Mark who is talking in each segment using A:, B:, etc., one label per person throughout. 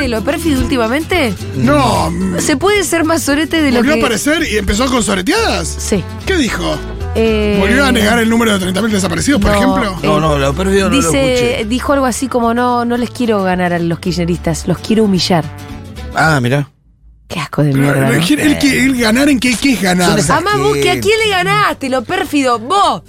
A: de lo perfil últimamente?
B: No,
A: ¿Se puede ser más sorete de lo
B: volvió a
A: que...?
B: aparecer y empezó con soreteadas.
A: Sí.
B: ¿Qué dijo?
A: Eh,
B: ¿Volvió a negar el número de 30.000 desaparecidos, por
A: no,
B: ejemplo?
A: eh,
C: No, no, la perfil no lo
A: Dice,
C: escuché.
A: dijo algo así como no, no les quiero ganar a los kirchneristas, los quiero humillar.
C: Ah, mirá.
A: Qué asco de
B: Pero,
A: mierda.
B: pero,
A: ¿no? Eh.
B: ¿quién- él quiere- él ganar en qué, qué es ganar?
C: Son esas-
A: Amá, vos, que ¿a quién le ganaste, lo pérfido? Vos,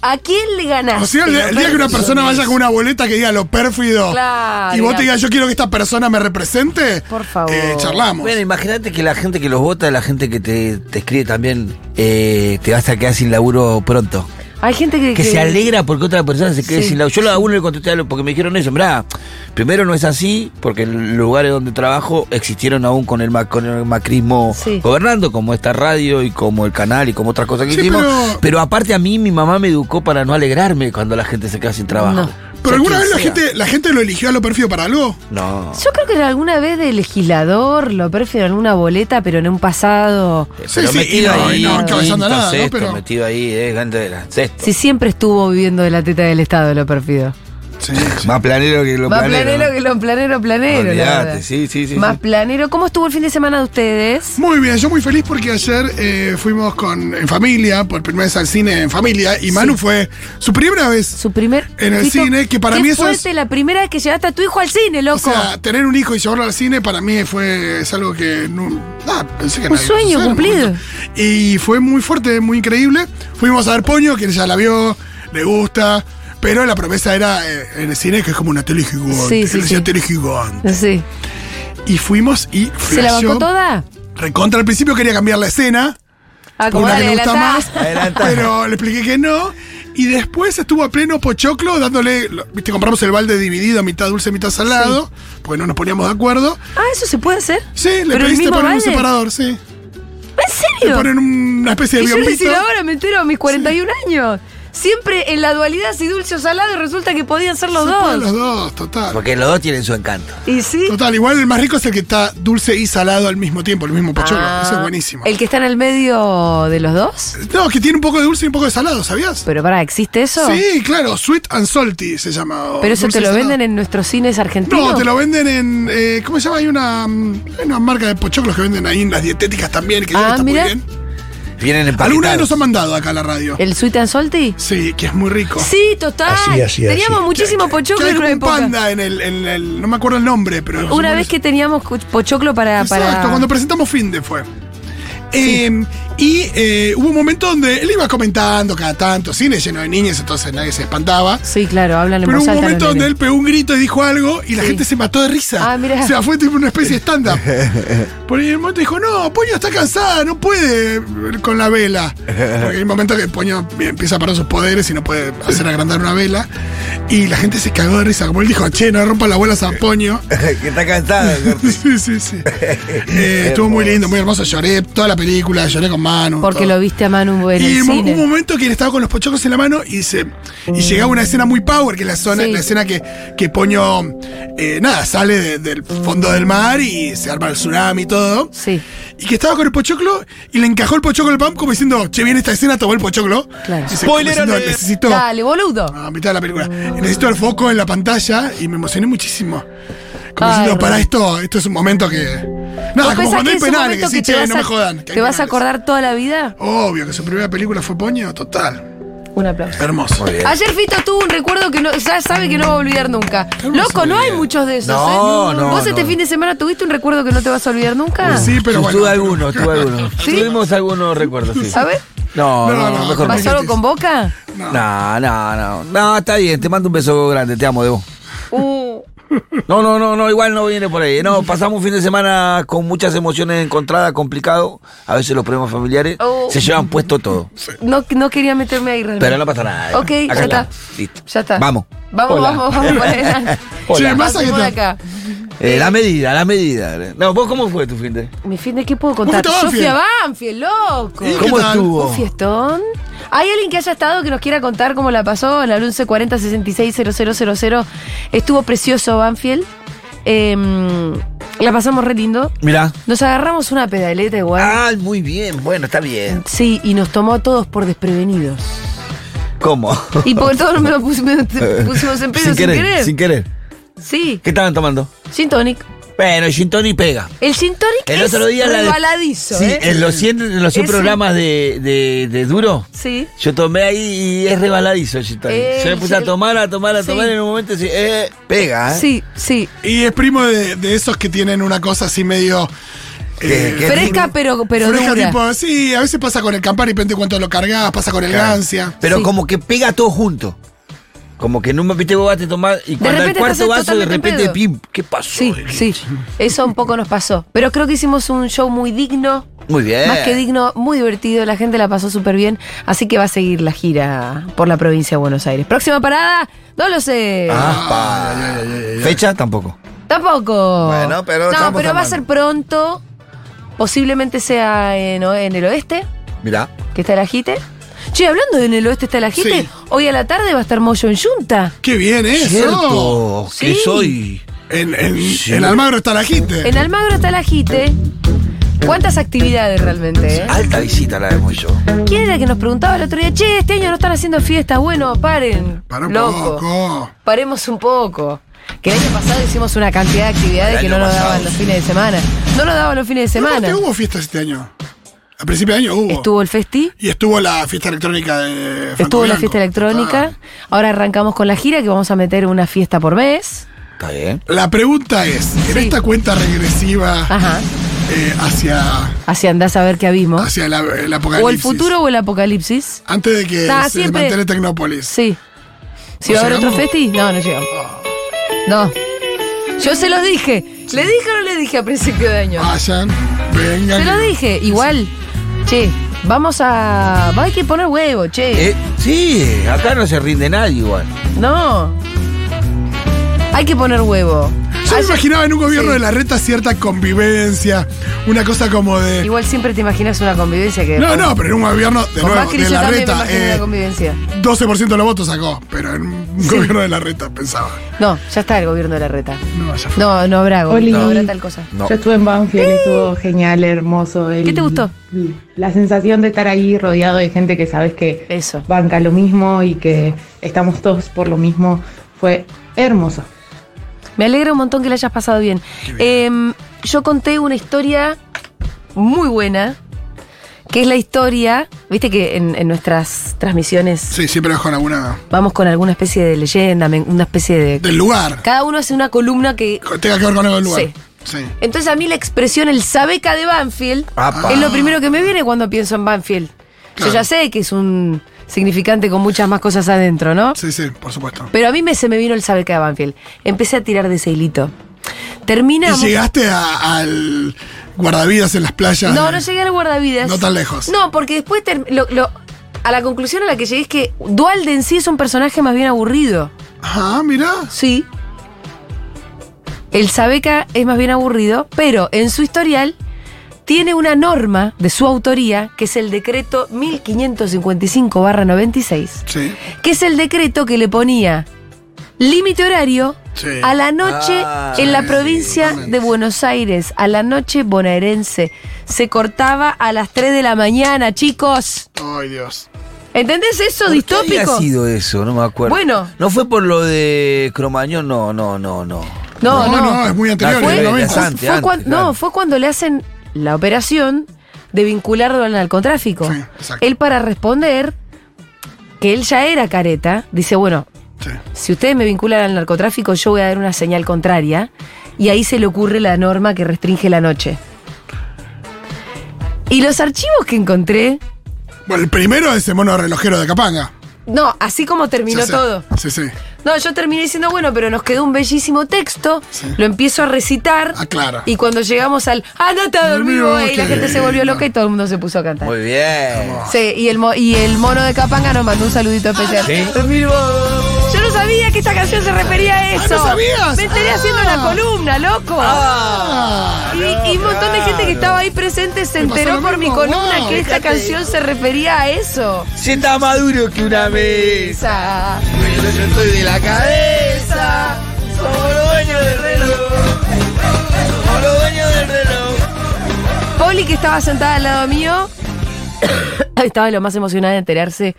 A: ¿a quién le ganaste?
B: O sea, el, el día que una persona vaya con una boleta que diga lo pérfido
A: Claro,
B: y vos te
A: diga-
B: digas yo quiero que esta persona me represente,
A: Por favor.
B: eh, charlamos.
C: Bueno, imagínate que la gente que los vota, la gente que te, te escribe también, eh, te vas a quedar sin laburo pronto.
A: Hay gente que...
C: Que
A: que-
C: se alegra porque otra persona se quede
A: Sí.
C: sin laburo. Yo a uno le contesté a lo- porque me dijeron eso. Mirá, primero no es así, porque en los lugares donde trabajo existieron aún con el, ma- con el macrismo
A: Sí.
C: gobernando, como esta radio y como el canal y como otras cosas que
B: Sí,
C: hicimos.
B: pero-
C: Pero... aparte a mí mi mamá me educó para no alegrarme cuando la gente se queda sin trabajo.
A: No.
C: O sea,
B: Pero alguna
C: quien
B: vez la
C: sea.
B: gente, la gente lo eligió a lo pérfido para algo.
C: No.
A: Yo creo que alguna vez de legislador, lo pérfido en alguna boleta, pero en un pasado...
B: Sí,
C: pero
B: sí,
C: metido
B: y no,
C: ahí,
B: y no encabezando
C: quinto,
B: nada, ¿no?
C: sexto,
B: Pero-
C: metido ahí, eh, gente de la sexta.
A: Si siempre estuvo viviendo de la teta del Estado, lo pérfido.
B: Sí,
C: Más planero que lo
A: Más planero que lo planero, planero. la
C: Olvidate,
A: verdad.
C: sí, sí, sí,
A: Más
C: sí.
A: planero. ¿Cómo estuvo el fin de semana de ustedes?
B: Muy bien, yo muy feliz porque ayer eh, fuimos con en familia, por primera vez al cine en familia, y Manu fue su primera vez.
A: Su primer.
B: En el
A: Fito,
B: cine, que para
A: qué
B: mí eso
A: fuerte la primera vez que llevaste a tu hijo al cine,
B: O
A: loco.
B: sea, tener un hijo y llevarlo al cine para mí fue es algo que no, nada, pensé que
A: Un
B: nadie iba a
A: sueño
B: hacer,
A: cumplido.
B: un momento. Y fue muy fuerte, muy increíble. Fuimos a ver Poño, que ya la vio, le gusta. Pero la promesa era eh, en el cine que es como una tele gigante.
A: Sí, sí,
B: él decía,
A: sí.
B: tele gigante.
A: sí.
B: Y fuimos y
A: ¿Se la bancó
B: flasheó.
A: toda?
B: Recontra al principio quería cambiar la escena.
A: A
B: Por una
A: cobrarle de
B: que le
A: la
B: gusta
A: ta-
B: más. Pero le expliqué que no. Y después estuvo a pleno pochoclo dándole. lo- Viste, compramos el balde dividido, mitad dulce, mitad salado. Porque no nos poníamos de acuerdo.
A: Ah, ¿eso se puede hacer?
B: Sí, le
A: ¿Pero el
B: pediste
A: mismo
B: poner un
A: balde?
B: separador, sí.
A: ¿En
B: Le
A: serio?
B: ponen una especie de
A: Y yo
B: biombito.
A: recién ahora me entero a mis 41 años. Siempre en la dualidad, si dulce o salado, y resulta que podían ser los
B: Se
A: dos.
B: pueden Los dos, total.
C: Porque los dos tienen su encanto.
A: ¿Y sí?
B: Total, igual el más rico es el que está dulce y salado al mismo tiempo, el mismo pochoclo.
A: Ah,
B: Eso es buenísimo.
A: ¿El que está en el medio de los dos?
B: No, que tiene un poco de dulce y un poco de salado, ¿sabías?
A: Pero pará, ¿existe eso?
B: Sí, claro, sweet and salty se llama. o
A: Pero eso
B: dulce
A: te
B: y
A: lo
B: salado.
A: venden en nuestros cines argentinos.
B: No, te lo venden en. eh, ¿Cómo se llama? Hay una, mm, hay una marca de pochoclos que venden ahí en las dietéticas también, que
A: Ah,
B: está
A: mira.
B: muy bien.
C: Vienen empaquetados.
B: Alguna vez nos han mandado acá a la radio.
A: ¿El Sweet and Salty?
B: Sí, que es muy rico.
A: Eh. Sí, total.
D: Así, así,
A: teníamos
D: así.
A: muchísimo
B: Que- que- que
A: pochoclo
B: hay
A: en una
B: un
A: época.
B: panda en el, en el- No me acuerdo el nombre, pero.
A: Una vez que teníamos cu- pochoclo para.
B: Exacto,
A: para...
B: cuando presentamos Finde fue. Eh, y eh, hubo un momento donde él iba comentando cada tanto, cine lleno de niñas, entonces nadie se espantaba.
A: Sí, claro, hablan en
B: Pero
A: voz
B: hubo un
A: alta. los
B: momento donde
A: nenes.
B: él pegó un grito y dijo algo y la
A: Sí.
B: gente se mató de risa.
A: Ah, mirá.
B: O sea, fue tipo una especie de stand-up. Por ahí en el momento dijo, no, Poño está cansada, no puede con la vela. Porque hay un momento que Poño empieza a parar sus poderes y no puede hacer agrandar una vela. Y la gente se cagó de risa. Como él dijo, che, no rompa las bolas a Poño.
C: que está cansado. Corti.
B: Sí, sí, sí. Eh, estuvo muy lindo, muy hermoso. Lloré toda la película, lloré con Manu.
A: Porque
B: todo.
A: lo viste a Manu en
B: Y
A: el
B: mo- hubo un
A: cine.
B: momento que él estaba con los pochocos en la mano y se y llegaba una escena muy power, que es la, zona,
A: Sí.
B: la escena que, que Poño, eh, nada, sale de- del fondo del mar y se arma el tsunami y todo.
A: Sí,
B: Y que estaba con el pochoclo y le encajó el pochoclo al pam como diciendo, che, viene esta escena, tomó el pochoclo.
A: Claro.
B: Y se- como
C: Spoiler
B: diciendo,
C: alert.
B: necesito,
A: Dale, boludo.
B: a mitad de la película, necesito el foco en la pantalla y me emocioné muchísimo. Como
A: Ay,
B: diciendo,
A: re.
B: para esto, esto es un momento que...
A: ¿Vos
B: Nada,
A: pensás
B: como cuando hay
A: que es un
B: penales, que
A: momento
B: decís,
A: te
B: che,
A: vas
B: no
A: a-
B: me jodan. que hay
A: ¿Te vas a
B: penales".
A: acordar toda la vida?
B: Obvio que su primera película fue Poño, total.
A: Un aplauso.
B: Hermoso.
C: Muy bien.
A: Ayer Fito tuvo un recuerdo que no, ya sabe que no va a olvidar nunca. Loco, no hay muchos de esos.
C: No,
A: ¿eh?
C: no,
A: ¿Vos
C: no.
A: este fin de semana tuviste un recuerdo que no te vas a olvidar nunca?
B: Sí, pero
C: Tu-
B: bueno.
C: Tuve algunos, tuve algunos.
A: ¿Sí?
C: Tuvimos algunos recuerdos, sí.
A: A ver,
C: No,
B: No,
C: no,
B: no,
C: mejor
B: más
C: no.
A: ¿pasó algo con Boca?
C: No, no, no. No, está bien, te mando un beso grande, te amo, Debo.
A: Uh,
C: No, no, no, no, igual no viene por ahí. ¿eh? No,
B: Mm.
C: pasamos un fin de semana con muchas emociones encontradas, complicado. A veces los problemas familiares
A: Oh.
C: se llevan puesto todo.
A: no, no quería meterme ahí realmente.
C: Pero no pasa nada.
A: Ok,
C: Acá
A: ya está.
C: Listo.
A: Ya está.
C: Vamos.
A: Vamos,
C: Hola.
A: vamos, vamos por adelante.
B: Hola. Che, pasa que
A: Pasemos de
B: está-
A: acá.
C: Eh, la medida, la medida. No, ¿vos cómo fue tu fin de?
A: Mi fin de qué puedo contar.
B: fuiste a
A: Yo fui a
B: Banfield.
A: Banfield, loco.
B: ¿Y
C: ¿Cómo
B: qué tal?
C: estuvo?
A: Un fiestón. ¿Hay alguien que haya estado que nos quiera contar cómo la pasó? En la 1140 000 Estuvo precioso Banfield. Em, la pasamos re lindo.
C: Mirá.
A: Nos agarramos una pedaleta igual.
C: Ah, muy bien, bueno, está bien.
A: Sí, y nos tomó a todos por desprevenidos.
C: ¿Cómo?
A: Y porque todos me lo pus- me lo pusimos en pedo sin, querer.
C: Sin querer.
A: Sí,
C: ¿Qué estaban tomando?
A: Gin Tonic.
C: Bueno, el gin tonic pega.
A: El gin tonic
C: El
A: es
C: otro día la de-
A: rebaladizo,
C: Sí,
A: ¿eh?
C: en los 100, en los 100
A: Ese-
C: programas de, de- de duro,
A: Sí.
C: yo tomé ahí y es rebaladizo el gin tonic.
A: Eh,
C: Yo me puse a
A: el-
C: tomar, a tomar, a
A: sí.
C: tomar y en un momento sí, eh, pega, ¿eh?
A: Sí, sí.
B: Y es primo de, de esos que tienen una cosa así medio.
C: Que- que-
A: Fresca, pero, pero
B: fresca,
A: dura.
B: tipo, sí, a veces pasa con el campari, depende cuánto lo cargas, pasa con el
C: Claro.
B: gancia.
C: Pero
A: Sí.
C: como que pega todo junto. Como que no me viste vos vas a tomar y cuando el
A: repente
C: cuarto
A: estás
C: vaso de
A: totalmente
C: repente
A: pedo.
C: pim, ¿qué pasó?
A: Sí, sí. Eso un poco nos pasó. Pero creo que hicimos un show muy digno.
C: Muy bien.
A: Más que digno, muy divertido, la gente la pasó súper bien, así que va a seguir la gira por la provincia de Buenos Aires. Próxima parada, no lo sé.
C: Ah, pa. Fecha tampoco.
A: Tampoco.
C: Bueno, pero
A: No,
C: estamos
A: pero va a
C: tomando.
A: ser pronto. Posiblemente sea en, o- en el oeste,
C: Mirá.
A: que está el ajite. Che, hablando de en el oeste está el ajite,
B: Sí.
A: hoy a la tarde va a estar Moyo en Junta.
B: Qué bien eso.
C: Cierto, que
A: Sí.
C: soy.
B: En, en-
C: Sí.
B: en Almagro está la gente.
A: En Almagro está el ajite. ¿Cuántas actividades realmente? eh?
C: Alta visita la de Moyo.
A: ¿Quién era que nos preguntaba el otro día? Che, este año no están haciendo fiesta. Bueno, paren.
B: Para un
A: loco.
B: poco.
A: Paremos un poco. Que el año pasado hicimos una cantidad de
C: El
A: actividades que no
C: año
A: nos
C: pasado.
A: daban los fines de semana. No nos daban los fines de
B: No,
A: semana.
B: ¿qué hubo fiestas este año? A principio de año hubo.
A: Estuvo el festi,
B: Y estuvo la fiesta electrónica de Franco
A: estuvo la
B: Bianco. Ah.
A: fiesta electrónica. Ahora arrancamos con la gira que vamos a meter una fiesta por mes.
C: Está bien.
B: Ah. La pregunta es, en
A: Sí. Ah.
B: esta cuenta regresiva
A: Ajá.
B: eh, hacia,
A: Así andás a ver qué abismo.
B: hacia la- el apocalipsis.
A: ¿Ah? O el futuro o el apocalipsis.
B: Antes de que
A: Ah,
B: se
A: siempre-
B: desmantele Tecnópolis.
A: Sí. ¿Si
B: ¿No
A: va a haber otro
B: llegamos?
A: festi? No, no llegamos. No. Yo se los dije. ¿Le dije o no le dije a principio de año?
B: Vayan, vengan.
A: Se lo dije, igual. Che, vamos a. va, Hay que poner huevo, che.
C: Eh, sí, acá no se rinde nadie igual.
A: No. Hay que poner huevo.
B: Yo me
A: Ayer-
B: imaginaba en un gobierno
A: Sí.
B: de la reta cierta convivencia, una cosa como de...
A: Igual siempre te imaginas una convivencia que.
B: No, no, pero en un gobierno, de
A: Con
B: nuevo,
A: Macri
B: de
A: yo
B: la
A: también me
B: reta,
A: imagino
B: eh,
A: una convivencia.
B: 12% de los votos sacó, pero en un gobierno de la reta pensaba.
A: No, ya está el gobierno de la reta.
B: No, ya fue.
A: No, no habrá
D: Oli.
A: gobierno, no habrá tal cosa.
C: No.
D: Yo estuve en Banfield, estuvo genial, hermoso. el-
A: ¿Qué te gustó?
D: La sensación de estar ahí rodeado de gente que sabes que
A: Eso.
D: banca lo mismo y que estamos todos por lo mismo fue hermoso.
A: Me alegra un montón que la hayas pasado bien. Em, yo conté una historia muy buena, que es la historia. Viste que en, en nuestras transmisiones
B: Sí, siempre vas con alguna...
A: vamos con alguna especie de leyenda, men- una especie de...
B: Del lugar.
A: Cada uno hace una columna que...
B: Tenga que ver con algo del lugar.
A: Sí.
B: Sí.
A: Entonces a mí la expresión el sabeca de Banfield
C: Apa.
A: es lo primero que me viene cuando pienso en Banfield.
B: Claro.
A: Yo ya sé que es un significante con muchas más cosas adentro, ¿no?
B: Sí, sí, por supuesto.
A: Pero a mí me, se me vino el sabeca de Banfield. Empecé a tirar de ese hilito. Terminamos...
B: ¿Y llegaste a- al guardavidas en las playas?
A: No, no llegué al guardavidas.
B: No tan lejos.
A: No, porque después ter- lo- lo- a la conclusión a la que llegué es que Dualde en sí es un personaje más bien aburrido.
B: Ah, mirá.
A: Sí. El Sabeca es más bien aburrido, pero en su historial tiene una norma de su autoría, que es el decreto 1555-96,
B: Sí.
A: que es el decreto que le ponía límite horario
B: Sí.
A: a la noche
C: Ah,
A: en la
B: sí,
A: provincia de
B: totalmente.
A: Buenos Aires, a la noche bonaerense. Se cortaba a las 3 de la mañana, chicos.
B: Ay, Dios.
A: ¿Entendés eso
C: ¿Por qué había
A: distópico?
C: sido eso? No me acuerdo.
A: Bueno.
C: No fue por lo de Cromañón, no, no, no, no.
A: No,
B: no,
A: no.
B: es muy anterior.
C: Fue-
B: es del 90.
C: Fue- antes,
A: fue cuan-
C: claro.
A: No, fue cuando le hacen la operación de vincularlo al narcotráfico.
B: Sí, exacto.
A: él para responder que él ya era careta, dice, bueno,
B: Sí.
A: si ustedes me vinculan al narcotráfico, yo voy a dar una señal contraria. Y ahí se le ocurre la norma que restringe la noche. Y los archivos que encontré,
B: Bueno, el primero es el mono relojero de Capanga.
A: no, así como terminó
B: Sí, sí.
A: todo.
B: Sí, sí.
A: No, yo terminé diciendo, bueno, pero nos quedó un bellísimo texto,
B: Sí.
A: lo empiezo a recitar.
B: Ah, claro.
A: Y cuando llegamos al "Ah, andate a dormir,
B: Dormí vos,
A: güey, la
B: qué
A: gente se volvió
B: lindo.
A: loca y todo el mundo se puso a cantar.
C: Muy bien.
A: Sí, y el, mo- y el mono de Capanga nos mandó un saludito especial.
C: ¿Sí?
A: Dormí vos. Yo no sabía que esta canción se refería a eso.
B: Ah, ¿no sabías?
A: Me enteré haciendo la columna, loco.
B: Ah,
A: Y, y un montón de gente que estaba ahí presente se
B: Me pasó
A: enteró
B: lo
A: por mi
B: mismo,
A: columna
B: wow,
A: que esta
B: fíjate.
A: canción se refería a eso.
C: Si está más duro que una mesa.
A: Esa.
C: Yo estoy de la cabeza. Somos los dueños del reloj. Somos los dueños del reloj.
A: Poli, que estaba sentada al lado mío, estaba lo más emocionada de enterarse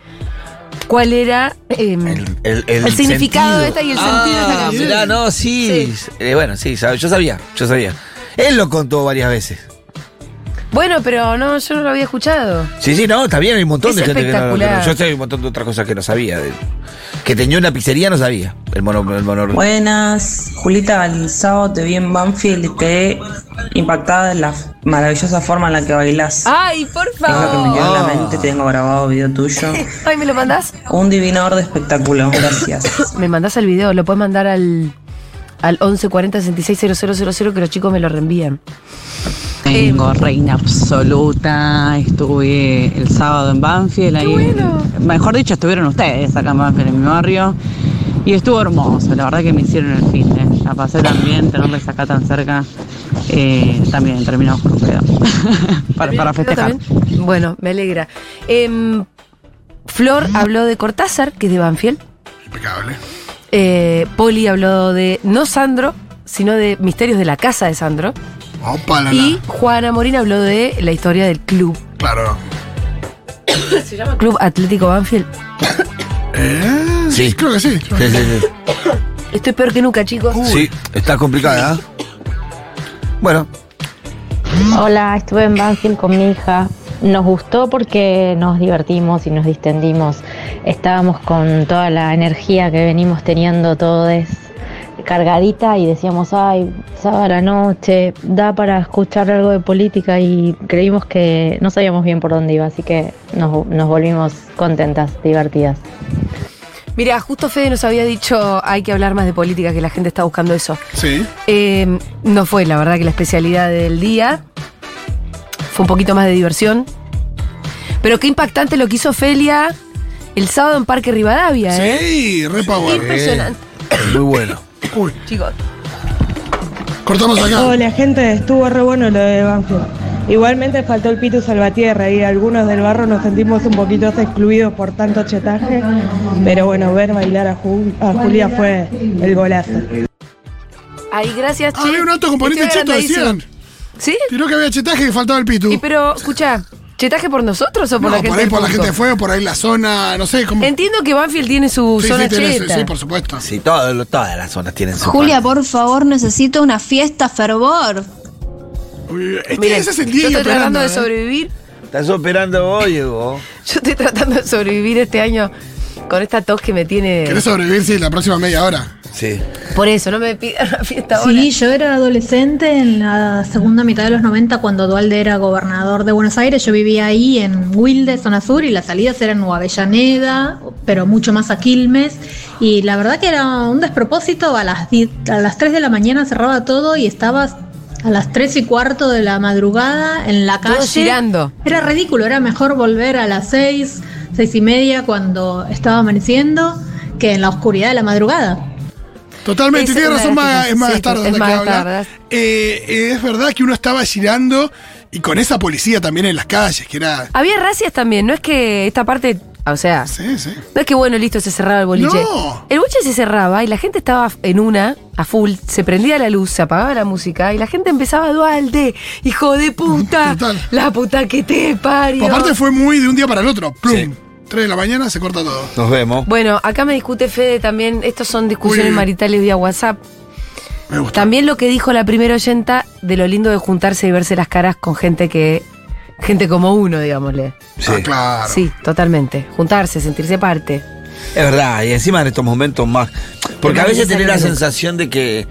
A: cuál era em, el,
C: El, el- el
A: significado de
C: sentido.
A: esta y el
C: Ah,
A: sentido de esta canción.
C: Mirá, no, sí. Eh, bueno, sí, sab- yo sabía, yo sabía. Él lo contó varias veces.
A: Bueno, pero no, yo no lo había escuchado.
C: Sí, sí, no, está bien, hay un montón
A: Es
C: de gente que no- que no,
A: espectacular.
C: Yo sé hay un montón de otras cosas que no sabía. de- que tenía una pizzería, no sabía. El mono, el mono.
E: Buenas, Julita, el sábado te vi en Banfield y quedé impactada en la maravillosa forma en la que bailás.
A: Ay, por
E: Es lo que me
A: favor.
E: quedó en la mente, tengo grabado video tuyo.
A: Ay, ¿me lo mandás?
E: Un divinador de espectáculo, gracias.
A: Me mandás el video, lo puedes mandar al, al 1140-660000 que los chicos me lo reenvían.
F: Tengo reina absoluta. Estuve el sábado en Banfield. Ahí, Mejor dicho, estuvieron ustedes acá en Banfield, en mi barrio. Y estuvo hermoso. La verdad que me hicieron el fin. ¿eh? La pasé también, tenerles acá tan cerca. eh, también terminamos con un pedo. para, para festejar.
A: ¿También? Bueno, me alegra. Em, Flor habló de Cortázar, que es de Banfield.
B: Impecable.
A: Eh, Poli habló de, no Sandro, sino de Misterios de la Casa de Sandro.
B: Opa, la, la.
A: Y Juana Morín habló de la historia del club.
B: Claro.
A: Club Atlético Banfield.
B: ¿Eh?
A: Mm.
C: Sí.
B: Creo que sí.
C: Sí, sí, sí.
A: Estoy peor que nunca, chicos.
F: Uh.
C: Sí, está complicada. ¿eh? Bueno,
G: Hola, estuve en Banfield con mi hija. Nos gustó porque nos divertimos y nos distendimos. Estábamos con toda la energía que venimos teniendo todos cargadita y decíamos, ay, sábado a la noche, da para escuchar algo de política y creímos que no sabíamos bien por dónde iba, así que nos, nos volvimos contentas, divertidas.
A: Mira, justo Fede nos había dicho hay que hablar más de política, que la gente está buscando eso.
B: Sí.
A: Eh, no fue, la verdad, que la especialidad del día. Fue un poquito más de diversión. Pero qué impactante lo que hizo Felia el sábado en Parque Rivadavia, ¿eh?
B: Sí, repower.
A: Impresionante,
C: muy bueno.
B: Uy,
A: chicos.
B: cortamos acá.
H: Hola gente, estuvo re bueno lo de Banfield. Igualmente faltó el Pitu Salvatierra y algunos del barro nos sentimos un poquito excluidos por tanto chetaje, pero bueno, ver bailar a, Ju- a Julia fue el golazo.
A: Ay, gracias, che.
B: Ah, Había un alto componente
A: Estoy
B: cheto, decían.
A: agrandadísimo. ¿Sí?
B: Tiró que había chetaje y faltaba el pitu.
A: Y pero, escucha, ¿chetaje por nosotros o por
B: No,
A: la gente?
B: por ahí
A: del
B: por la
A: punto?
B: gente fue, por ahí la zona, no sé cómo.
A: Entiendo que Banfield tiene su
B: Sí,
A: zona
B: sí, tiene-
A: cheta.
B: sí, por supuesto.
C: Sí, todo lo- todas las zonas tienen su.
I: Julia,
C: parte.
I: por favor, necesito una fiesta fervor.
B: Uy, este-
A: Miren,
B: ese es el
A: yo
B: día
A: estoy
B: operando,
A: tratando de
B: ¿eh?
A: sobrevivir.
C: Estás operando hoy, Hugo.
A: Yo estoy tratando de sobrevivir este año con esta tos que me tiene.
B: ¿Querés sobrevivir, sí, la próxima media hora?
C: Sí.
A: Por eso, no me pidan la fiesta ahora.
J: Sí, yo era adolescente en la segunda mitad de los 90 cuando Dualde era gobernador de Buenos Aires. Yo vivía ahí en Wilde, zona sur, y las salidas eran o Avellaneda, pero mucho más a Quilmes. Y la verdad que era un despropósito. A las, die- a las 3 de la mañana cerraba todo y estabas a las 3 y cuarto de la madrugada en la
A: Todo
J: calle.
A: girando.
J: Era ridículo, era mejor volver a las 6, 6 y media cuando estaba amaneciendo que en la oscuridad de la madrugada.
B: Totalmente,
A: Es
B: tiene
A: una de
B: razón,
A: las
B: Maga,
A: cosas,
B: es Maga
A: sí,
B: Tardas
A: es
B: la que
A: Maga
B: habla.
A: Tardas.
B: Eh, eh, es verdad que uno estaba girando y con esa policía también en las calles, que era.
A: Había racias también, no es que esta parte. O sea,
B: Sí, sí.
A: no es que bueno, listo, se cerraba el boliche.
B: No.
A: El boliche se cerraba y la gente estaba en una, a full, se prendía la luz, se apagaba la música y la gente empezaba a dualde, hijo de puta,
B: Total.
A: la puta que te parió.
B: Aparte fue muy de un día para el otro. Plum.
C: Sí.
B: 3 de la mañana se corta todo.
C: Nos vemos.
A: Bueno, acá me discute Fede también, estos son discusiones
B: Uy.
A: maritales vía WhatsApp.
B: Me gusta.
A: También lo que dijo la primera oyenta de lo lindo de juntarse y verse las caras con gente que. gente como uno, digámosle.
C: Sí.
B: Ah, claro.
A: Sí, totalmente. Juntarse, sentirse parte.
C: Es verdad, y encima en estos momentos más. Porque a veces
A: Esa
C: tenés la
A: que nunca.
C: sensación de que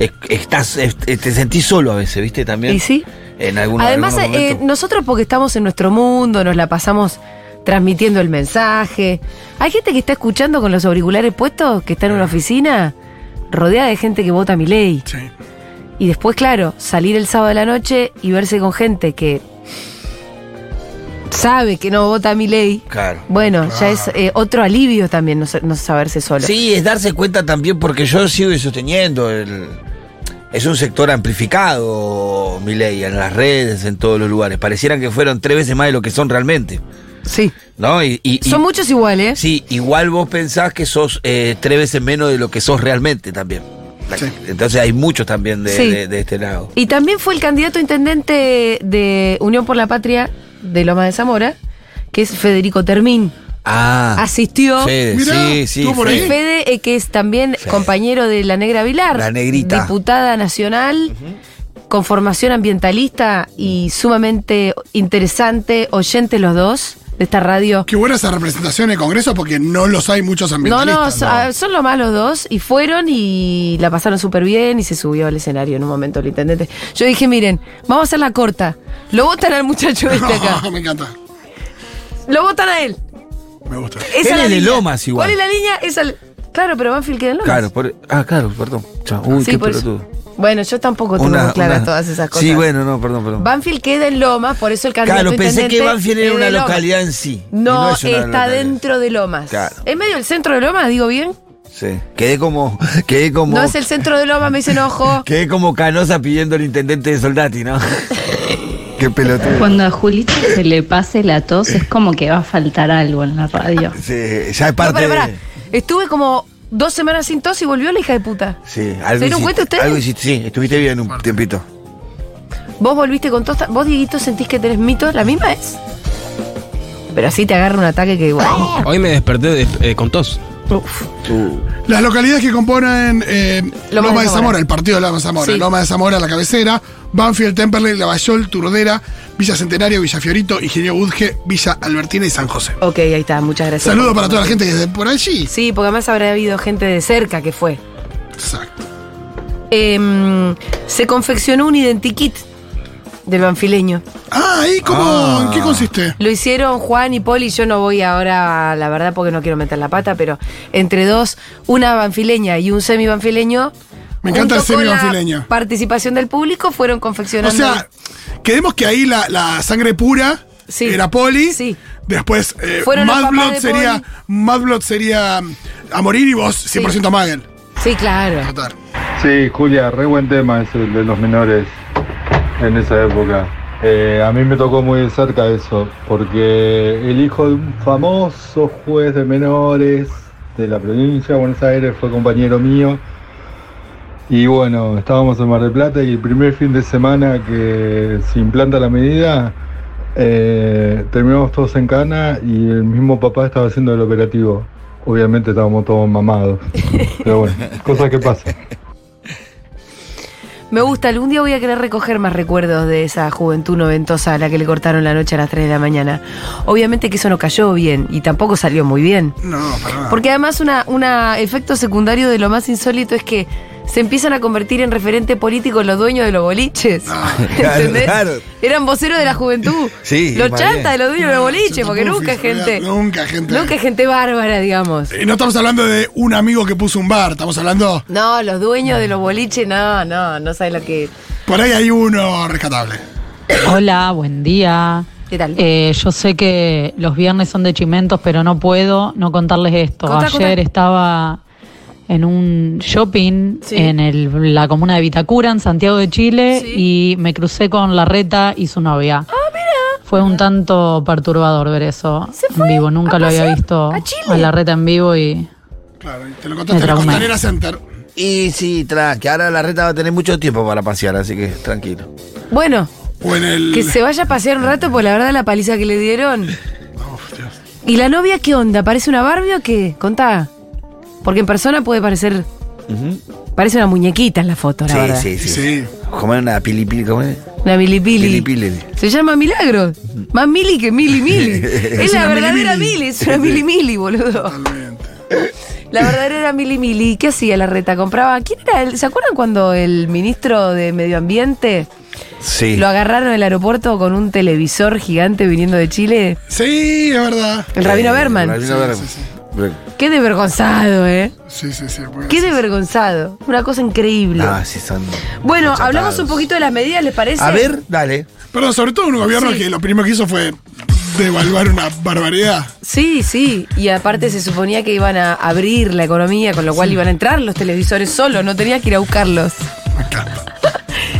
C: es- estás, es- te sentís solo a veces, ¿viste? También.
A: ¿Y sí?
C: En algunos,
A: Además,
C: algunos
A: eh,
C: momentos.
A: nosotros porque estamos en nuestro mundo, nos la pasamos transmitiendo el mensaje. Hay gente que está escuchando con los auriculares puestos, que está en una oficina, rodeada de gente que vota mi ley.
B: Sí.
A: Y después, claro, salir el sábado de la noche y verse con gente que sabe que no vota mi ley.
C: Claro.
A: Bueno, ya es eh, otro alivio también no, sa- no saberse solo.
C: Sí, es darse cuenta también, porque yo sigo sosteniendo el. Es un sector amplificado, Milei, en las redes, en todos los lugares. Parecieran que fueron tres veces más de lo que son realmente,
A: Sí.
C: ¿no? Y, y- y-
A: Son muchos iguales.
C: Sí, igual vos pensás que sos eh, tres veces menos de lo que sos realmente también. La-
B: Sí.
C: Entonces hay muchos también de,
A: Sí.
C: de- de este lado.
A: Y también fue el candidato a intendente de Unión por la Patria de Loma de Zamora, que es Federico Termín.
C: Ah.
A: Asistió.
C: Fede,
B: Mirá,
C: sí, sí.
B: estuvo por
A: Y
B: ahí.
C: Fede.
A: Fede, eh, que es también compañero de la Negra Vilar,
C: La Negrita.
A: diputada nacional, con formación ambientalista y sumamente interesante, oyente los dos de esta radio.
B: Qué buena esa representación en el Congreso porque no los hay muchos
A: No, no,
B: ambientalistas.
A: so- ah, son los más los dos y fueron y la pasaron súper bien y se subió al escenario en un momento el intendente. Yo dije, miren, vamos a hacer la corta. Lo votan al muchacho este acá.
B: me encanta.
A: Lo votan a él.
B: Me gusta.
A: Esa
C: Él
A: la
C: es de
A: línea.
C: Lomas igual.
A: ¿Cuál es la línea? Esa la- Claro, pero Banfield queda en Lomas.
C: Claro, por- ah, claro, perdón. Chao. Uy,
A: Sí,
C: qué
A: por eso.
C: pelotudo.
A: Bueno, yo tampoco tengo
C: Una-
A: claras
C: una-
A: todas esas cosas.
C: Sí, bueno, no, perdón, perdón.
A: Banfield queda en Lomas, por eso el candidato
C: Claro, pensé
A: intendente
C: que Banfield
A: es
C: era una
A: de Lomas.
C: localidad en sí. y
A: No,
C: es una
A: está
C: localidad.
A: dentro de Lomas.
C: Claro.
A: ¿Es medio el centro de Lomas, digo bien?
C: Sí. Quedé como, quedé como.
A: No es el centro de Lomas, me dicen ojo.
C: Quedé como canosa pidiendo al intendente de Soldati, ¿no? qué pelotudo.
K: Cuando a Julita se le pase la tos es como que va a faltar algo en la radio.
C: Sí, ya es
A: No,
C: parte
A: pará, pará.
C: de.
A: Estuve como dos semanas sin tos y volvió la hija de puta.
C: Sí,
A: ¿Se
C: algo
A: dieron
C: hiciste-
A: cuenta ustedes?
C: Algo hiciste, sí, estuviste bien un tiempito.
A: Vos volviste con tos. ta- Vos, Dieguito, sentís que tenés mitos. La misma es. Pero así te agarra un ataque que igual.
L: Hoy me desperté de- eh, con tos.
B: Las localidades que componen eh, Loma, de Zamora. el partido de Loma de Zamora,
A: Sí.
B: Loma de Zamora, la cabecera, Banfield, Temperley, Lavallol, Turdera, Villa Centenario, Villa Fiorito, Ingenio Budge, Villa Albertina y San José.
A: Ok, ahí está. Muchas gracias.
B: Saludos para toda la gente que es de por allí.
A: Sí, porque además habrá habido gente de cerca que fue.
B: Exacto.
A: Em, se confeccionó un identikit del banfileño.
B: Ah, ¿y cómo?
C: Ah.
B: ¿En qué consiste?
A: Lo hicieron Juan y Poli. Yo no voy ahora, la verdad, porque no quiero meter la pata, pero entre dos, una banfileña y un semi-banfileño.
B: Me encanta el
A: junto con la
B: semi-banfileño.
A: Participación del público fueron
B: O
A: confeccionando.
B: sea, quedemos que ahí la, la sangre pura
A: Sí.
B: era Poli.
A: Sí.
B: Después, eh,
A: Fueron los
B: Mad
A: papás
B: Blood
A: de
B: sería,
A: Poli.
B: Mad Blood sería mm, a morir y vos 100% Magel.
A: sí, claro.
B: Total.
M: Sí, Julia, re buen tema es el de los menores en esa época. Eh, a mí me tocó muy de cerca eso, porque el hijo de un famoso juez de menores de la provincia de Buenos Aires fue compañero mío. Y bueno, estábamos en Mar del Plata y el primer fin de semana que se implanta la medida, eh, terminamos todos en cana y el mismo papá estaba haciendo el operativo. Obviamente estábamos todos mamados. Pero bueno, cosas que pasan.
A: Me gusta, algún día voy a querer recoger más recuerdos de esa juventud noventosa a la que le cortaron la noche a las 3 de la mañana. Obviamente que eso no cayó bien y tampoco salió muy bien.
B: No, para
C: Ah.
B: nada.
A: Porque además un una efecto secundario de lo más insólito es que se empiezan a convertir en referente político los dueños de los boliches.
C: claro,
A: ¿Entendés?
C: Ah, claro.
A: Eran voceros de la juventud.
C: Sí,
A: Los
C: más
A: chantas de
C: bien.
A: los dueños de los boliches, porque
B: Uf,
A: nunca
B: es
A: gente.
B: verdad, Nunca gente.
A: Nunca gente bárbara, digamos.
B: Y Eh, no estamos hablando de un amigo que puso un bar, estamos hablando.
A: No, los dueños de los boliches, no, no, no sabes lo que.
B: Por ahí hay uno rescatable.
K: Hola, buen día.
A: ¿Qué tal?
K: Eh, yo sé que los viernes son de chimentos, pero no puedo no contarles esto.
A: Contá,
K: Ayer
A: contá.
K: estaba en un shopping
A: Sí.
K: en el- la comuna de Vitacura, en Santiago de Chile, y me crucé con la reta y su novia.
A: Ah,
K: Fue un tanto perturbador ver eso
A: Se
K: en
A: fue
K: vivo. Nunca
A: a
K: lo había
A: pasear
K: visto
A: a Chile.
K: a la reta en vivo y
B: Claro, y te lo contaste en la
K: traumé.
B: Costanera Center.
C: Y sí, tranqui, ahora la reta va a tener mucho tiempo para pasear, así que tranquilo.
A: Bueno,
B: O en el.
A: que se vaya a pasear un rato, por la verdad la paliza que le dieron.
B: Uf, Dios.
A: ¿Y la novia qué onda? ¿Parece una Barbie o qué? Contá. Porque en persona puede parecer. Parece una muñequita en la foto, la
C: Sí,
A: verdad.
C: sí, sí,
B: Sí, sí.
C: Comer una pilipili, comer.
A: Una milipili.
C: Pilipili.
A: Se llama Milagro. Más mili que mili mili. es,
B: Es
A: la
B: una
A: verdadera
B: milimili.
A: mili, es una mili mili, boludo.
B: Totalmente.
A: La verdadera mili mili. ¿Qué hacía la reta? Compraba. ¿Quién era él? ¿Se acuerdan cuando el ministro de Medio Ambiente
C: Sí.
A: lo agarraron en el aeropuerto con un televisor gigante viniendo de Chile?
B: Sí, es verdad.
A: El Rabino Berman.
C: Eh, Rabino
B: Sí,
C: Berman.
B: sí,
A: Qué desvergonzado, ¿eh?
B: Sí, sí, sí. muy
A: Qué
B: gracioso.
A: desvergonzado. Una cosa increíble.
C: Ah, sí, son.
A: Bueno,
C: achatados.
A: hablamos un poquito de las medidas, ¿les parece?
C: A ver, dale.
B: Perdón, sobre todo un gobierno
A: Sí.
B: que lo primero que hizo fue devaluar una barbaridad.
A: Sí, sí. Y aparte se suponía que iban a abrir la economía, con lo cual iban a entrar los televisores solos, no tenías que ir a buscarlos.
B: Me encanta.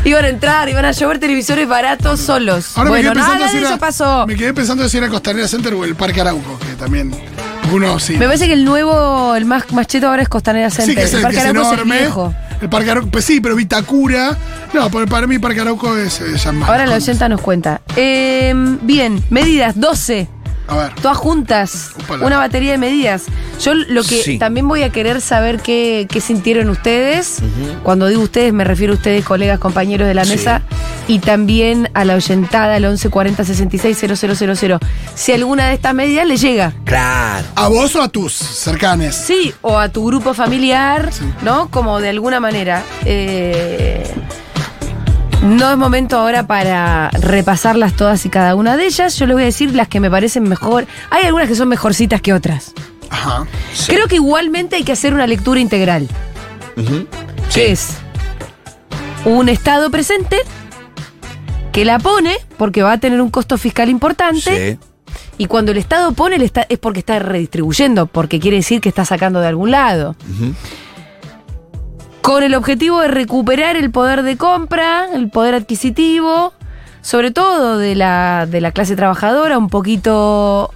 A: Iban a entrar, iban a llevar televisores baratos solos.
B: Ahora me
A: bueno,
B: quedé pensando
A: nada
B: si
A: de
B: era,
A: eso pasó.
B: Me
A: Me...
B: quedé pensando si era Costanera Center o el Parque Arauco, que también. Uno sí.
A: parece que el nuevo, el más, más cheto ahora es Costanera Center.
B: Sí, que es,
A: el
B: el, que
A: Parque
B: es
A: Arauco es el
B: enorme.
A: viejo.
B: El Parque Arauco, pues sí, pero Vitacura. No, para, para mí Parque Arauco es eh, ya más.
A: Ahora la 80 nos cuenta. Eh, bien, Em, medidas 12. Todas juntas. Una batería de medidas. Yo lo que
C: Sí.
A: también voy a querer saber qué, qué sintieron ustedes.
C: Ujú.
A: Cuando digo ustedes, me refiero a ustedes, colegas, compañeros de la
C: Sí.
A: mesa. Y también a la oyentada, al 1140 66 000. Si alguna de estas medidas le llega.
C: Claro.
B: A vos o a tus cercanes.
A: Sí, o a tu grupo familiar, ¿no? Como de alguna manera. eh, no es momento ahora para repasarlas todas y cada una de ellas. Yo les voy a decir las que me parecen mejor. Hay algunas que son mejorcitas que otras.
B: Ajá.
A: Creo que igualmente hay que hacer una lectura integral.
C: Ujú.
A: Que es un Estado presente que la pone porque va a tener un costo fiscal importante. Y cuando el Estado pone, el esta- es porque está redistribuyendo, porque quiere decir que está sacando de algún lado.
C: Ujú.
A: Con el objetivo de recuperar el poder de compra, el poder adquisitivo, sobre todo de la, de la clase trabajadora, un poquito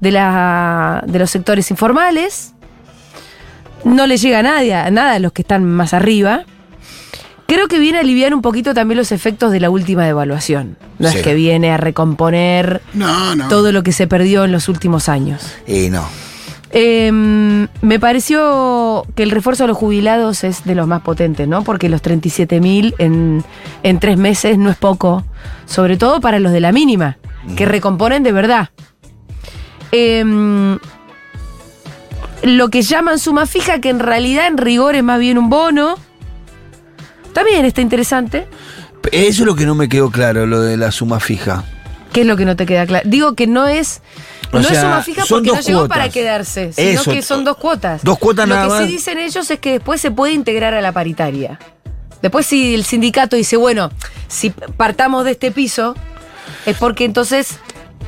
A: de, la, de los sectores informales. No le llega a nadie, a nada a los que están más arriba. Creo que viene a aliviar un poquito también los efectos de la última devaluación. No
C: Sí.
A: es que viene a recomponer
B: No, no.
A: todo lo que se perdió en los últimos años.
C: Y no.
A: Eh, me pareció que el refuerzo a los jubilados es de los más potentes, ¿no? Porque los 37 mil en, en tres meses no es poco, sobre todo para los de la mínima, que recomponen de verdad. Eh, lo que llaman suma fija, que en realidad en rigor es más bien un bono. También está interesante.
C: Eso es lo que no me quedó claro, lo de la suma fija.
A: ¿Qué es lo que no te queda claro? Digo que no es.
C: O
A: no es
C: sea,
A: suma fija
C: son
A: porque no
C: dos
A: llegó
C: cuotas.
A: para quedarse, sino
C: Eso,
A: que son dos cuotas.
C: dos cuotas
A: Lo
C: nada
A: que sí
C: más.
A: dicen ellos es que después se puede integrar a la paritaria. Después, si el sindicato dice, bueno, si partamos de este piso, es porque entonces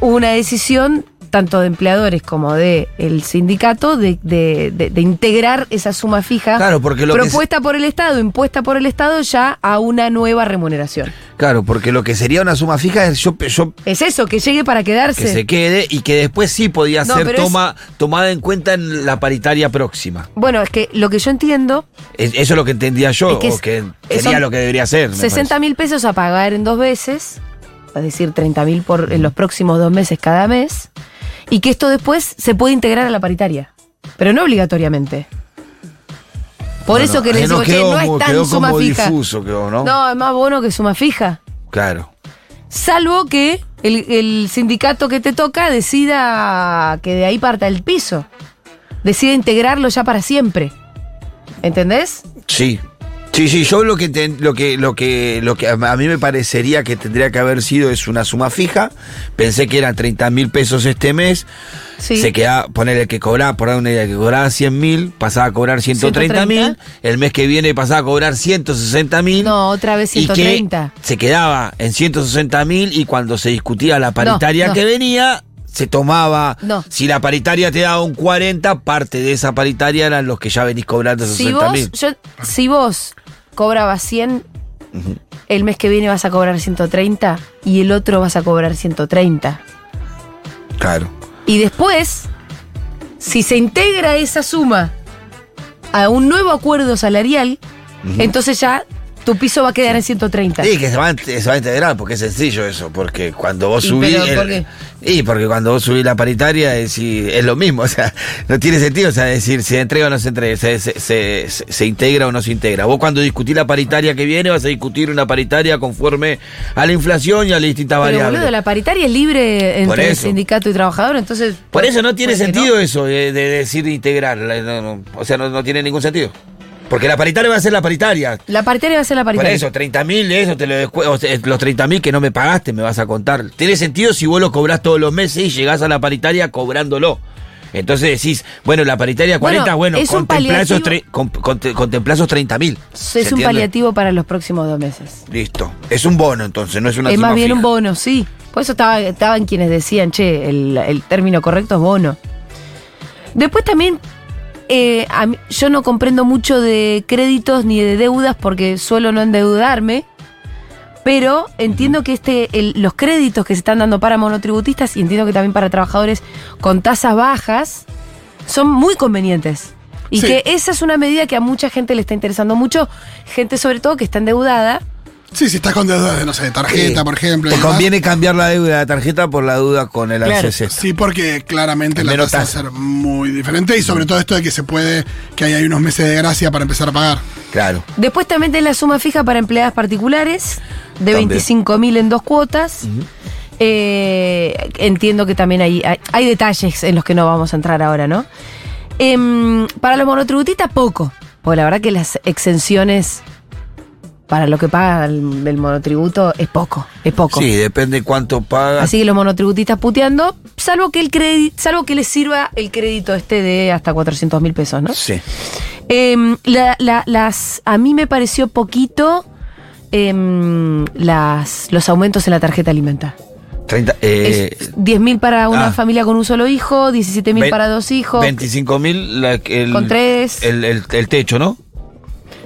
A: hubo una decisión tanto de empleadores como de el sindicato de, de- de- de integrar esa suma fija
C: Claro, porque lo que se-
A: propuesta por el Estado, impuesta por el Estado ya a una nueva remuneración.
C: Claro, porque lo que sería una suma fija es yo, yo
A: Es eso, que llegue para quedarse.
C: que se quede y que después sí podía
A: No,
C: ser
A: pero es-
C: toma, tomada en cuenta en la paritaria próxima.
A: Bueno, es que lo que yo entiendo,
C: Es- eso es lo que entendía yo,
A: Es que es-
C: o que
A: es-
C: sería
A: son
C: lo que debería ser. me
A: 60 mil pesos a pagar en dos veces, es decir, 30 mil por en los próximos dos meses cada mes, y que esto después se puede integrar a la paritaria, pero no obligatoriamente. Por
C: Bueno,
A: eso que
C: ahí
A: les digo,
C: nos
A: che,
C: quedó
A: no
C: como-
A: es tan
C: quedó
A: suma
C: como
A: fija.
C: difuso, quedó, ¿no?
A: es más bono que suma fija.
C: parece. Claro.
A: Salvo que el, el sindicato que te toca decida que de ahí parta el piso. Decida integrarlo ya para siempre. ¿Entendés?
C: Sí. Sí, sí, yo lo que, ten- lo que lo que lo que a mí me parecería que tendría que haber sido es una suma fija. Pensé que eran 30 mil pesos este mes.
A: Sí.
C: Se quedaba, poner el que cobraba, por dar una idea, el que cobraba 100 mil, pasaba a cobrar 130 mil. El mes que viene pasaba a cobrar 160 mil.
A: No, otra vez
C: Y que
A: 130.
C: se quedaba en 160 mil y cuando se discutía la paritaria
A: no.
C: que venía, se tomaba.
A: No.
C: Si la paritaria te daba un 40, parte de esa paritaria eran los que ya venís cobrando
A: Si
C: 60 mil.
A: vos, yo, si vos cobrabas 100, el mes que viene vas a cobrar 130 y el otro vas a cobrar 130.
C: Claro.
A: Y después, si se integra esa suma a un nuevo acuerdo salarial, entonces ya tu piso va a quedar en 130.
C: Sí, que se va, a ent- se va a integrar, porque es sencillo eso, porque cuando vos
A: ¿Y
C: subís...
A: pero por
C: el- y porque cuando vos subís la paritaria es, y- es lo mismo, o sea, no tiene sentido, o sea, decir si entrega o no se entrega, se, se- se- se- se integra o no se integra. Vos cuando discutís la paritaria que viene vas a discutir una paritaria conforme a la inflación y a las distintas
A: Pero
C: variables.
A: boludo, la paritaria es libre
C: Por
A: entre
C: eso.
A: sindicato y trabajador, entonces...
C: Por eso no tiene
A: Porque
C: sentido eso de, de decir integrar, la- no, no, o sea, no, no tiene ningún sentido. Porque la paritaria va a ser la paritaria,
A: La paritaria va a ser la
C: Por
A: paritaria.
C: eso, 30 mil, eso te lo descu- o sea, Los 30 mil que no me pagaste me vas a contar. Tiene sentido si vos lo cobrás todos los meses y llegás a la paritaria cobrándolo. Entonces decís, bueno, la paritaria 40,
A: Bueno,
C: bueno,
A: es un
C: contemplá, esos tre-
A: paliativo-
C: con- conte- contemplá esos 30 mil.
A: Es un paliativo para los próximos dos meses.
C: Listo. Es un bono entonces, no es una
A: es
C: suma
A: más bien
C: fija.
A: un bono, sí. Por eso estaba, estaban quienes decían, che, el, el término correcto es bono. Después también, eh, a mí- yo no comprendo mucho de créditos ni de deudas porque suelo no endeudarme. Pero entiendo que este, el- los créditos que se están dando para monotributistas y entiendo que también para trabajadores con tasas bajas son muy convenientes. Y
N: Sí.
A: que esa es una medida que a mucha gente le está interesando mucho, gente sobre todo que está endeudada
B: Sí, si estás con deudas de, no sé, de tarjeta,
C: Sí.
B: por ejemplo. y
C: Eh, Te
B: demás.
C: conviene cambiar la deuda de la tarjeta por la deuda con el
B: Claro,
C: ACC.
B: sí, porque claramente la
C: Menos
B: tasa va a
C: tasa.
B: ser muy diferente y sobre todo esto de que se puede, que ahí hay unos meses de gracia para empezar a pagar.
C: Claro.
A: Después también tenés la suma fija para empleadas particulares de
B: También.
A: 25.000 en dos cuotas. Eh, entiendo que también hay, hay, hay detalles en los que no vamos a entrar ahora, ¿no? Em, para los monotributistas, poco. Porque la verdad que las exenciones para lo que paga el, el monotributo es poco, es poco.
C: Sí, depende cuánto pagas.
A: Así que los monotributistas puteando, salvo que el crédito, salvo que les sirva el crédito este de hasta 400 mil pesos, ¿no?
C: Sí.
A: Em, la- la- las, a mí me pareció poquito em, las, los aumentos en la tarjeta alimenta.
C: 30, eh,
A: 10 mil para una
C: Ah.
A: familia con un solo hijo, 17 mil
C: Ve-
A: para dos hijos.
C: 25 mil el,
A: Con tres.
C: El, el- el techo, ¿no?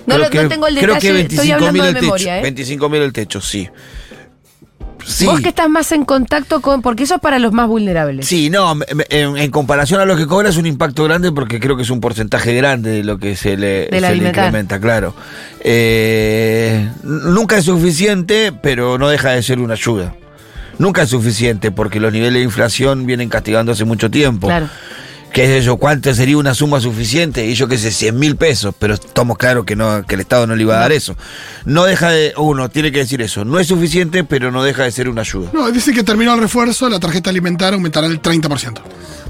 A: No lo- no tengo el detalle, estoy hablando de
C: el techo.
A: memoria, ¿eh?
C: 25 mil el techo, sí. Sí,
A: Vos que estás más en contacto con, porque eso es para los más vulnerables.
C: sí, no, me- me- en, en comparación a lo que cobra es un impacto grande porque creo que es un porcentaje grande de lo que se le,
A: Del
C: se le
A: alimentar.
C: incrementa, claro. Eh, n- nunca es suficiente, pero no deja de ser una ayuda. Nunca es suficiente porque los niveles de inflación vienen castigando hace mucho tiempo.
A: Claro.
C: ¿Qué sé yo? ¿Cuánto sería una suma suficiente? Y yo qué sé, 100 mil pesos, pero estamos claros que, no, que el Estado no le iba a dar eso. No deja de, uno tiene que decir eso, no es suficiente, pero no deja de ser una ayuda.
B: No, dicen que terminó el refuerzo, la tarjeta alimentaria aumentará el 30%.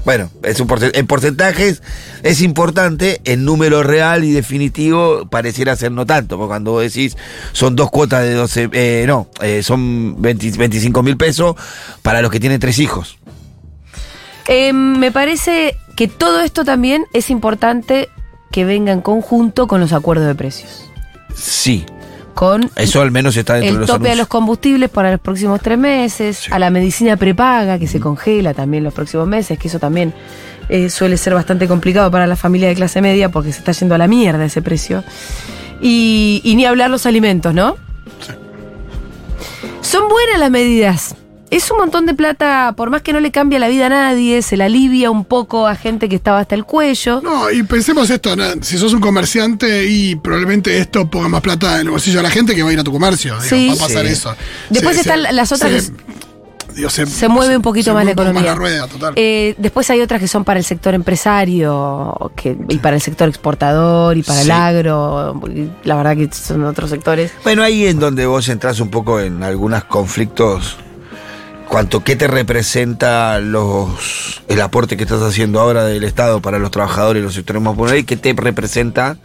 C: Bueno, es un porce- en porcentajes es importante, en número real y definitivo pareciera ser no tanto, porque cuando vos decís son dos cuotas de 12, eh, no, eh, son 20 25 mil pesos para los que tienen tres hijos.
A: Em, me parece que todo esto también es importante que venga en conjunto con los acuerdos de precios.
C: Sí,
A: Con
C: eso al menos está dentro
A: el
C: de los
A: tope a los
C: anuncios.
A: combustibles para los próximos tres meses, a la medicina prepaga que se congela también los próximos meses, que eso también eh, suele ser bastante complicado para la familia de clase media porque se está yendo a la mierda ese precio. Y, y ni hablar los alimentos, ¿no? Son buenas las medidas. Es un montón de plata, por más que no le cambie la vida a nadie, se la alivia un poco a gente que estaba hasta el cuello.
B: No, y pensemos esto, ¿no? si sos un comerciante y probablemente esto ponga más plata en el bolsillo de la gente que va a ir a tu comercio, digo,
A: Sí.
B: va a pasar
A: Sí.
B: eso.
A: Después
B: Se-
A: están
B: se-
A: las otras
B: se-
A: que
B: digo, se,
A: se mueve un poquito
B: se
A: más la
B: mueve un poco
A: economía.
B: rueda, total.
A: Eh, después hay otras que son para el sector empresario que, y para el sector exportador y para
C: Sí.
A: el agro. y La verdad que son otros sectores.
C: Bueno, ahí es donde vos entras un poco en algunos conflictos. Cuanto qué te representa los el aporte que estás haciendo ahora del Estado para los trabajadores y los sectores más vulnerables y qué te representa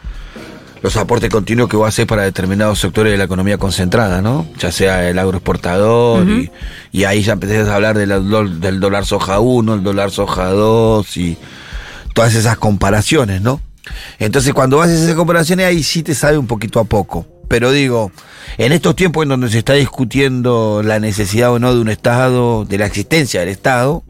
C: los aportes continuos que vos haces para determinados sectores de la economía concentrada, ¿no? Ya sea el agroexportador y- y, ahí ya empezás a hablar de la dol- del dólar soja 1, el dólar soja 2 y todas esas comparaciones, ¿no? Entonces, cuando haces esas comparaciones, ahí sí te sabe un poquito a poco. Pero digo, en estos tiempos en donde se está discutiendo la necesidad o no de un Estado, de la existencia del Estado,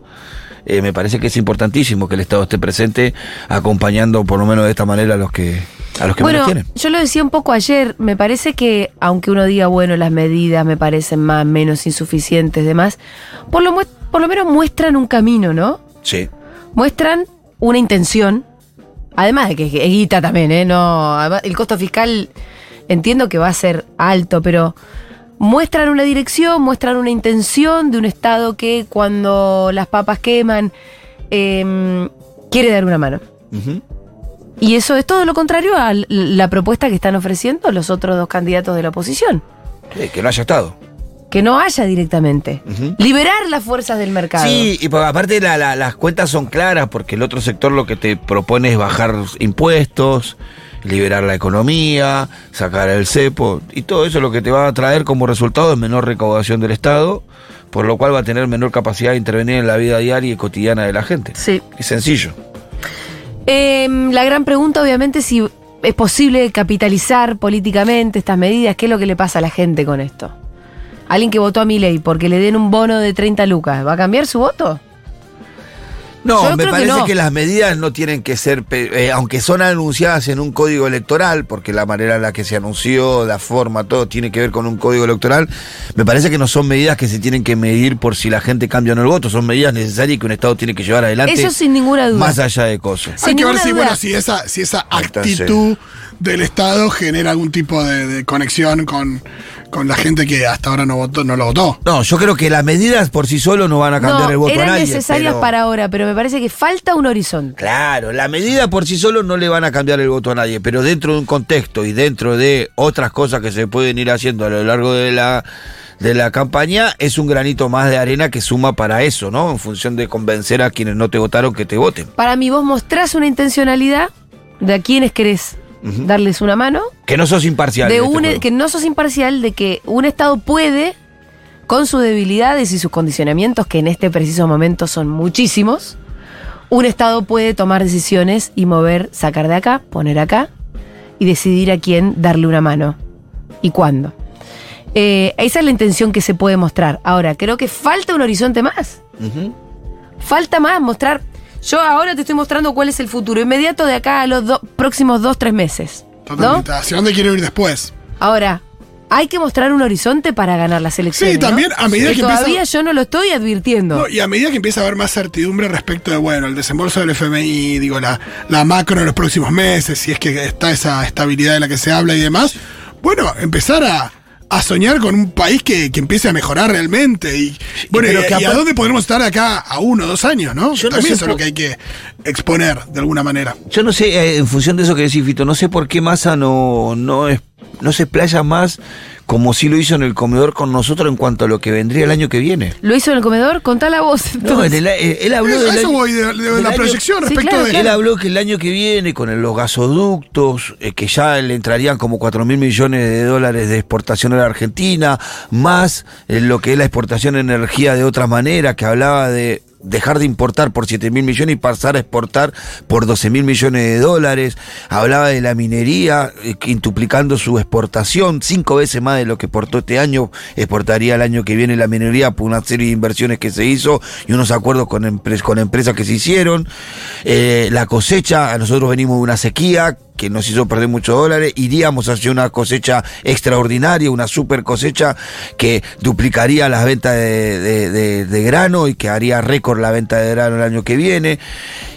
C: eh, me parece que es importantísimo que el Estado esté presente, acompañando por lo menos de esta manera a los que, a los que
A: bueno,
C: menos tienen.
A: yo lo decía un poco ayer, me parece que aunque uno diga, bueno, las medidas me parecen más, menos insuficientes, demás, por lo, mue- por lo menos muestran un camino, ¿no?
C: Sí.
A: Muestran una intención, además de que es guita también, ¿eh? No, además, el costo fiscal entiendo que va a ser alto, pero muestran una dirección, muestran una intención de un Estado que cuando las papas queman, em, quiere dar una mano. Y eso es todo lo contrario a l- la propuesta que están ofreciendo los otros dos candidatos de la oposición.
C: Sí, Eh, que no haya Estado.
A: Que no haya directamente.
C: Ujú.
A: Liberar las fuerzas del mercado.
C: Sí, y por- aparte la- la- las cuentas son claras porque el otro sector lo que te propone es bajar impuestos, liberar la economía, sacar el cepo y todo eso lo que te va a traer como resultado es menor recaudación del Estado, por lo cual va a tener menor capacidad de intervenir en la vida diaria y cotidiana de la gente.
A: Sí.
C: Es sencillo.
A: Em, la gran pregunta, obviamente, es si es posible capitalizar políticamente estas medidas. ¿Qué es lo que le pasa a la gente con esto? Alguien que votó a mi ley porque le den un bono de 30 lucas, ¿va a cambiar su voto?
C: No,
A: Yo
C: me
A: creo que
C: parece que,
A: no.
C: las medidas no tienen que ser, pe- eh, aunque son anunciadas en un código electoral, porque la manera en la que se anunció, la forma, todo tiene que ver con un código electoral, me parece que no son medidas que se tienen que medir por si la gente cambia o no el voto, son medidas necesarias que un Estado tiene que llevar adelante
A: Eso sin ninguna duda.
C: más allá de cosas.
A: Sin
B: Hay que ver
A: ninguna
B: si,
A: duda.
B: bueno, si esa, si esa
C: está, sí.
B: actitud del Estado genera algún tipo de, de conexión con, con la gente que hasta ahora no votó, no lo votó.
C: No, yo creo que las medidas por sí solo no van a cambiar el
A: No,
C: voto a
A: eran
C: nadie.
A: necesarias
C: pero-
A: para ahora, pero me parece que falta un horizonte.
C: Claro, la medida por sí solo no le van a cambiar el voto a nadie, pero dentro de un contexto y dentro de otras cosas que se pueden ir haciendo a lo largo de la de la campaña es un granito más de arena que suma para eso, ¿no? En función de convencer a quienes no te votaron que te voten.
A: Para mí, vos mostrás una intencionalidad de a quienes querés
C: Ujú.
A: darles una mano,
C: Que no sos imparcial.
A: de
C: en este
A: un- e-
C: juego.
A: que no sos imparcial, de que un Estado puede, con sus debilidades y sus condicionamientos, que en este preciso momento son muchísimos, un Estado puede tomar decisiones y mover, sacar de acá, poner acá, y decidir a quién darle una mano y cuándo. Eh, esa es la intención que se puede mostrar. Ahora, creo que falta un horizonte más.
C: Ujú.
A: Falta más mostrar. Yo ahora te estoy mostrando cuál es el futuro inmediato de acá a los do- próximos dos, tres meses. ¿no?
B: Totalmente. ¿Hacia dónde quiero ir después?
A: Ahora, hay que mostrar un horizonte para ganar las elecciones.
B: Sí, también,
A: ¿no?
B: a medida que empieza-
A: todavía yo no lo estoy advirtiendo.
B: No, y a medida que empieza a haber más certidumbre respecto de, bueno, el desembolso del FMI, digo, la, la macro en los próximos meses, si es que está esa estabilidad de la que se habla y demás, bueno, empezar a, a soñar con un país que, que empiece a mejorar realmente. Y, bueno,
C: pero
B: y-
C: que
B: y a
C: apar-
B: dónde podremos estar acá a uno, dos años, ¿no?
C: Yo no
B: También eso
C: sé
B: es lo
C: por-
B: que hay que exponer de alguna manera.
C: Yo no sé, eh, en función de eso que decís, Fito, no sé por qué Massa no, no, es, no se playa más como sí lo hizo en el comedor con nosotros en cuanto a lo que vendría el año que viene.
A: ¿Lo hizo en el comedor? Contá la voz.
C: No,
A: entonces.
C: en el- eh, él habló
B: Eso-
C: del
B: eso
C: año-
B: voy de- de
C: del
B: la
C: año-
B: proyección
A: Sí,
B: respecto
A: claro,
B: de...
A: claro.
C: Él habló que el año que viene, con el- los gasoductos, eh, que ya le entrarían como 4 mil millones de dólares de exportación a la Argentina, más eh, lo que es la exportación de energía de otra manera, que hablaba de dejar de importar por 7 mil millones y pasar a exportar por 12 mil millones de dólares. Hablaba de la minería, eh, quintuplicando su exportación, cinco veces más de lo que exportó este año, exportaría el año que viene la minería por una serie de inversiones que se hizo y unos acuerdos con, empre- con empresas que se hicieron. Eh, la cosecha, a nosotros venimos de una sequía que nos hizo perder muchos dólares, iríamos hacia una cosecha extraordinaria, una super cosecha que duplicaría las ventas de, de- de- de grano y que haría récord la venta de grano el año que viene,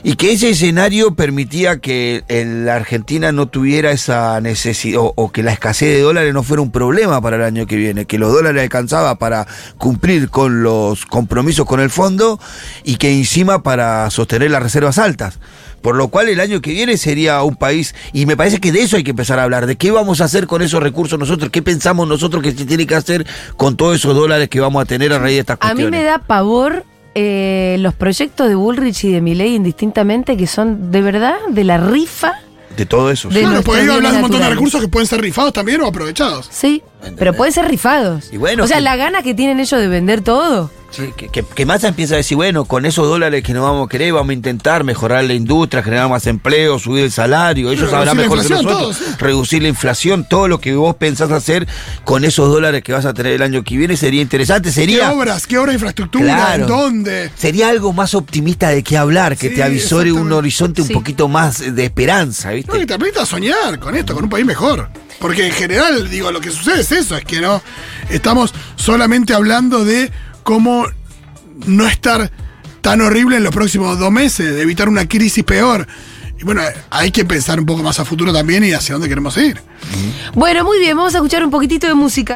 C: y que ese escenario permitía que el- la Argentina no tuviera esa necesidad, o, o que la escasez de dólares no fuera un problema para el año que viene, que los dólares alcanzaba para cumplir con los compromisos con el fondo y que encima para sostener las reservas altas. Por lo cual el año que viene sería un país, y me parece que de eso hay que empezar a hablar, de qué vamos a hacer con esos recursos nosotros, qué pensamos nosotros que se tiene que hacer con todos esos dólares que vamos a tener a raíz de estas
A: A mí
C: cuestiones.
A: me da pavor eh, los proyectos de Bullrich y de Milei indistintamente que son de verdad de la rifa.
C: De todo eso.
A: de
B: Claro,
A: nuestros
B: porque ahí
A: bienes
B: hablas de un montón de
A: naturales.
B: recursos que pueden ser rifados también o aprovechados.
A: Sí, pero pueden ser rifados.
C: eh. Y bueno,
A: o sea,
C: que-
A: la gana que tienen ellos de vender todo.
C: Sí, que, que, que Massa empieza a decir, bueno, con esos dólares que nos vamos a querer, vamos a intentar mejorar la industria, generar más empleo, subir el salario,
B: Reducir
C: ellos sabrán
B: la
C: mejor que
B: inflación,
C: nosotros,
B: todo, sí.
C: reducir la inflación, todo lo que vos pensás hacer con esos dólares que vas a tener el año que viene sería interesante,
B: ¿Qué
C: sería...
B: obras? ¿Qué obras de infraestructura?
C: Claro.
B: ¿Dónde?
C: Sería algo más optimista de qué hablar, que
B: Sí,
C: te avisore un
B: exactamente.
C: horizonte un poquito más de esperanza,
B: No, que
C: ¿viste?
B: te permita soñar con esto, con un país mejor. Porque en general, digo, lo que sucede es eso, es que no estamos solamente hablando de cómo no estar tan horrible en los próximos dos meses, de evitar una crisis peor. Y bueno, hay que pensar un poco más a futuro también y hacia dónde queremos ir.
A: Bueno, muy bien, vamos a escuchar un poquitito de música.